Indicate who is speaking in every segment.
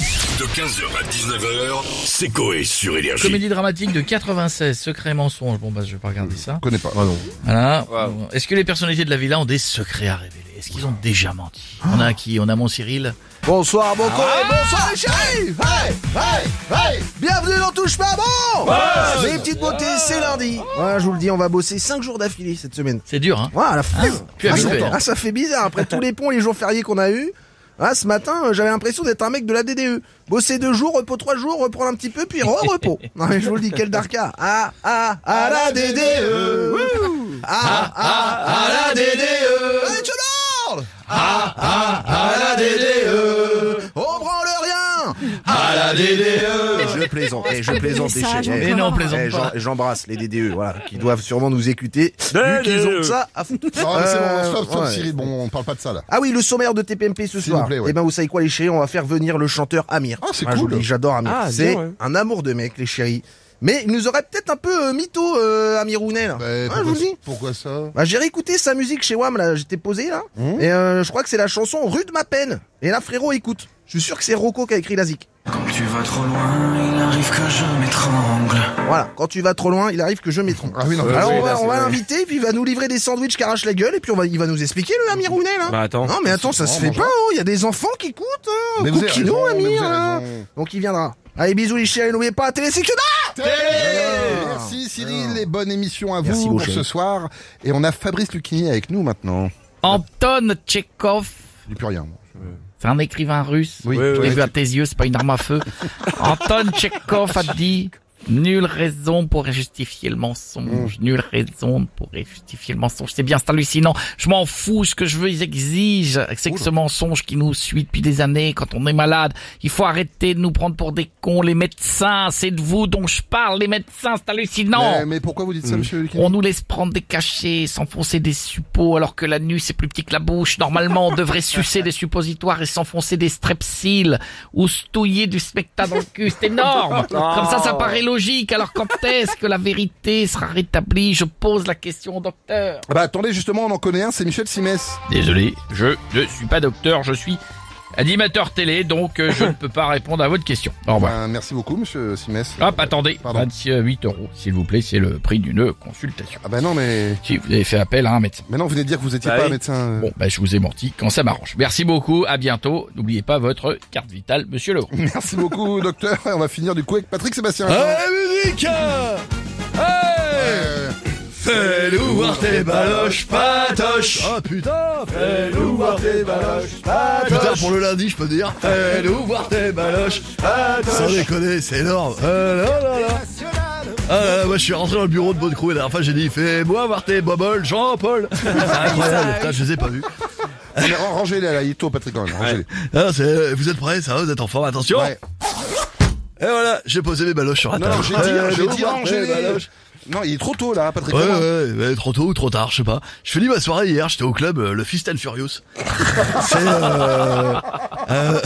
Speaker 1: De 15h à 19h, c'est Coé sur Énergie.
Speaker 2: Comédie dramatique de 96, secret et mensonge. Bon bah je vais pas regarder ça.
Speaker 3: connais pas.
Speaker 2: Voilà. Est-ce que les personnalités de la villa ont des secrets à révéler Est-ce qu'ils ont déjà menti On a qui On a mon Cyril.
Speaker 3: Bonsoir mon coin, bonsoir les chéris Ah. Hey Hey Hey Bienvenue dans Touche pas bon Les petites beautés, c'est lundi Voilà, je vous le dis, on va bosser 5 jours d'affilée cette semaine.
Speaker 2: C'est dur hein.
Speaker 3: Voilà, la flemme
Speaker 2: puis
Speaker 3: ah,
Speaker 2: habitué.
Speaker 3: ça- ah, ça fait bizarre, après tous les ponts, les jours fériés qu'on a eu. Ah, ce matin, euh, j'avais l'impression d'être un mec de la DDE. Bosser deux jours, repos trois jours, reprendre un petit peu, puis repos. Non mais je vous le dis, quel darka Ah, ah, à la DDE Ah, ah, à la DDE Allez, tu l'ordres à la DDE. On prend le rien à la DDE. Je plaisante, eh, je plaisante les
Speaker 4: Ça,
Speaker 3: chefs.
Speaker 4: j'en
Speaker 3: Eh,
Speaker 2: Mais non, on
Speaker 3: eh,
Speaker 2: plaisante
Speaker 3: j'en-
Speaker 2: pas.
Speaker 3: J'embrasse les DDE, voilà, qui doivent sûrement nous écouter, vu qu'ils
Speaker 2: E.
Speaker 3: ont ça à foutre.
Speaker 5: Non, Ah, mais c'est
Speaker 3: Euh,
Speaker 5: bon, stop, stop,
Speaker 3: ouais.
Speaker 5: Cyril, bon, on parle pas de ça là.
Speaker 3: Ah oui, le sommaire de TPMP ce
Speaker 5: S'il
Speaker 3: soir.
Speaker 5: vous plaît, ouais.
Speaker 3: Eh ben, vous savez quoi, les chéris, on va faire venir le chanteur Amir.
Speaker 5: Ah, c'est
Speaker 3: je vous
Speaker 5: cool.
Speaker 3: dis, J'adore Amir.
Speaker 6: Ah,
Speaker 3: c'est
Speaker 6: bien, ouais.
Speaker 3: un amour de mec, les chéris. Mais il nous aurait peut-être un peu euh, mytho, euh, Amirounet, là.
Speaker 5: Ouais,
Speaker 3: Ouais, je vous
Speaker 5: pourquoi,
Speaker 3: le dis.
Speaker 5: pourquoi ça
Speaker 3: Bah, j'ai réécouté sa musique chez Wam, là, j'étais posé, là.
Speaker 5: Mmh.
Speaker 3: Et euh, je crois que c'est la chanson Rue de ma peine. Et là, frérot, écoute. Je suis sûr que c'est Rocco qui a écrit la zik.
Speaker 7: Tu vas trop loin, il arrive que je m'étrangle.
Speaker 3: Voilà, quand tu vas trop loin, il arrive que je m'étrangle.
Speaker 5: Ah oui, non, mais
Speaker 3: Alors,
Speaker 6: oui,
Speaker 3: on va,
Speaker 6: là, c'est
Speaker 3: on va
Speaker 6: vrai.
Speaker 3: l'inviter, puis il va nous livrer des sandwichs qui arrachent la gueule, et puis on va, il va nous expliquer, le Amirounet, là.
Speaker 6: Bah attends.
Speaker 3: Non, mais attends, ça se fait pas, oh, il y a des enfants qui écoutent, hein.
Speaker 5: Mais vous avez
Speaker 3: Coquinou,
Speaker 5: raison, mais
Speaker 3: Amir,
Speaker 5: vous avez
Speaker 3: hein.
Speaker 5: raison.
Speaker 3: Donc il viendra. Allez, bisous les chiens, et n'oubliez pas, télé, c'est que dalle
Speaker 5: Merci Cyril et bonne émission à
Speaker 3: Merci,
Speaker 5: vous
Speaker 3: mon
Speaker 5: pour
Speaker 3: chéri.
Speaker 5: ce soir. Et on a Fabrice Lucchini avec nous maintenant.
Speaker 2: Anton Tchekhov,
Speaker 5: Je dis plus rien. moi.
Speaker 2: c'est un écrivain russe.
Speaker 5: Oui,
Speaker 6: Ouais,
Speaker 2: Je l'ai
Speaker 6: ouais.
Speaker 2: vu à tes yeux, c'est pas une arme à feu. Anton Tchekhov a dit Nulle raison pourrait justifier le mensonge.
Speaker 5: Mm.
Speaker 2: Nulle raison pourrait justifier le mensonge. C'est bien, c'est hallucinant. Je m'en fous. Ce que je veux, ils exigent. C'est que ce mensonge qui nous suit depuis des années quand on est malade. Il faut arrêter de nous prendre pour des cons. Les médecins, c'est de vous dont je parle. Les médecins, c'est hallucinant.
Speaker 5: Mais, mais pourquoi vous dites
Speaker 3: Mm.
Speaker 5: ça, monsieur Lucchini
Speaker 2: On nous laisse prendre des cachets, s'enfoncer des suppos, alors que la nuit c'est plus petit que la bouche. Normalement, on devrait sucer des suppositoires et s'enfoncer des strepsils ou se touiller du spectacle dans le cul. C'est énorme. Comme ça, ça paraît logique. Alors quand est-ce que la vérité sera rétablie Je pose la question au docteur.
Speaker 5: Ah Bah attendez, justement, on en connaît un, c'est Michel Simès.
Speaker 2: Désolé, je ne suis pas docteur, je suis animateur télé, donc euh, je ne peux pas répondre à votre question. Au
Speaker 5: Ben, merci beaucoup, monsieur Simès.
Speaker 3: Ah.
Speaker 2: Hop, attendez,
Speaker 5: Pardon.
Speaker 2: 28 euros, s'il vous plaît, c'est le prix d'une consultation.
Speaker 5: Ah bah non, mais...
Speaker 2: Si vous avez fait appel à un médecin.
Speaker 5: Mais non, vous venez de dire que vous étiez
Speaker 6: Bah
Speaker 5: pas
Speaker 6: oui.
Speaker 5: médecin.
Speaker 2: Bon, bah, je vous ai menti quand ça m'arrange. Merci beaucoup, à bientôt. N'oubliez pas votre carte vitale, monsieur Leroux.
Speaker 5: Merci beaucoup, docteur. Et on va finir du coup avec Patrick Sébastien.
Speaker 3: Ah,
Speaker 6: musique Hey
Speaker 5: Euh,
Speaker 6: Fais-nous voir tes baloches patoches
Speaker 5: Ah putain
Speaker 6: Oh, Fais-nous voir tes baloches
Speaker 5: Putain,
Speaker 6: patoches
Speaker 5: pour le lundi, je peux dire.
Speaker 6: Fais-nous voir tes baloches
Speaker 5: Sans
Speaker 6: patoches
Speaker 5: déconner, c'est énorme. Euh, là, là, là. Ah là là, moi je suis rentré dans le bureau de Baudecrou et la dernière fois j'ai dit fais-moi voir tes boboles, Jean-Paul C'est Incroyable, putain, je les ai pas vus. Rangez-les là, il est tôt Patrick quand même, rangez-les.
Speaker 6: Ah, c'est- Vous êtes prêts Ça va, vous êtes en forme Attention
Speaker 5: Ouais.
Speaker 6: Et voilà, j'ai posé mes baloches sur la
Speaker 5: Non,
Speaker 6: table.
Speaker 5: non, j'ai dit, Euh, j'ai
Speaker 6: Fais-nous
Speaker 5: dit bah
Speaker 6: voir tes
Speaker 5: rangez-les
Speaker 6: baloches.
Speaker 5: Non, il est trop tôt là, Patrick.
Speaker 6: Ouais,
Speaker 5: Cohen.
Speaker 6: ouais, ouais, trop tôt ou trop tard, je sais pas. Je finis ma soirée hier, j'étais au club, euh, le Fist and Furious. c'est, euh, euh,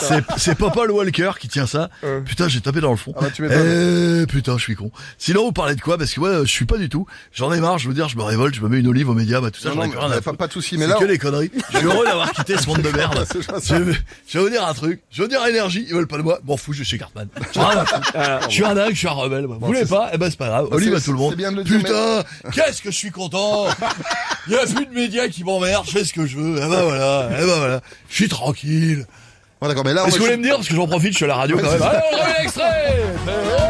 Speaker 6: c'est, c'est Papa le Walker qui tient ça. Putain, j'ai tapé dans le fond.
Speaker 5: Ah bah, tu m'étonnes.
Speaker 6: Eh, putain, je suis con. Sinon, vous parlez de quoi Parce que ouais, je suis pas du tout. J'en ai marre, je veux dire, je me révolte, je me mets une olive aux médias, bah tout ça,
Speaker 5: Non,
Speaker 6: j'en ai
Speaker 5: non,
Speaker 6: plus rien à
Speaker 5: mais
Speaker 6: foutre.
Speaker 5: pas, pas de soucis, mais
Speaker 6: C'est
Speaker 5: là.
Speaker 6: que les conneries. Je suis heureux d'avoir quitté ce monde de merde.
Speaker 5: C'est gentil.
Speaker 6: Je vais, je vais vous dire un truc. Je vais vous dire énergie, ils veulent pas de moi. M'en fous, je vais chez Cartman. J'en ai rien à foutre.
Speaker 5: Ah,
Speaker 6: Je suis un dingue, je suis un rebelle. moi. Vous voulez pas Eh ben c'est pas grave. Olive
Speaker 5: Bah, c'est-
Speaker 6: à tout le monde.
Speaker 5: c'est bien de le dire,
Speaker 6: Putain, qu'est-ce que je suis content Il y a plus de médias qui m'emmerdent, je fais ce que je veux. Eh ben voilà, eh ben voilà. Je suis tranquille.
Speaker 5: Ouais, d'accord, mais là, on
Speaker 6: Est-ce que vous
Speaker 5: va-
Speaker 6: voulez me dire Parce que j'en profite, je suis à la radio quand même. Allez, on remet l'extrait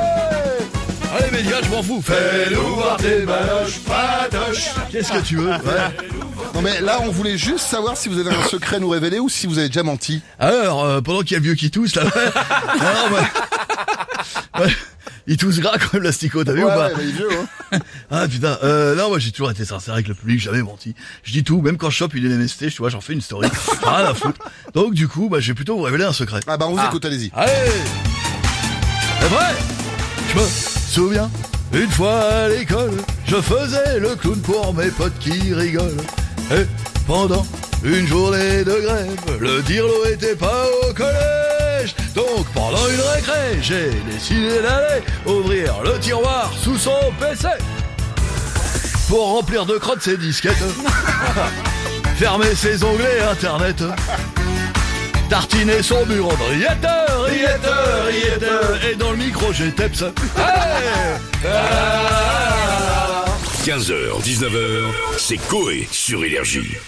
Speaker 6: Fais- Allez, médias, je m'en fous. Fais-nous voir tes baloches, patoches. Qu'est-ce que tu veux Ouais.
Speaker 5: Non, mais là, on voulait juste savoir si vous avez un secret à nous révéler ou si vous avez déjà menti.
Speaker 6: Alors, euh, pendant qu'il y a le vieux qui tousse, là. ouais. Non, ouais. Ouais. Il tousse gras quand même, l'asticot, t'as vu ou
Speaker 5: ouais,
Speaker 6: pas
Speaker 5: ouais, mais il est vieux, hein.
Speaker 6: Ah putain, euh, non, moi j'ai toujours été sincère avec le public, jamais menti. Je dis tout, même quand je chope une MST, tu vois, j'en fais une story. Rien à foutre. Donc du coup, bah, je vais plutôt vous révéler un secret.
Speaker 5: Ah bah, on vous écoute, allez-y.
Speaker 6: Allez Ah C'est vrai Je me souviens, une fois à l'école, je faisais le clown pour mes potes qui rigolent. Et pendant une journée de grève, le dirlo était pas au collège. Donc pendant une récré, j'ai décidé d'aller ouvrir le tiroir sous son PC pour remplir de crottes ses disquettes. Fermer ses onglets internet tartiner son mur en rieteur, rieteur, rieteur. Et dans le micro, j'ai teps. Hey
Speaker 1: 15h, 19h, c'est Coé sur Énergie.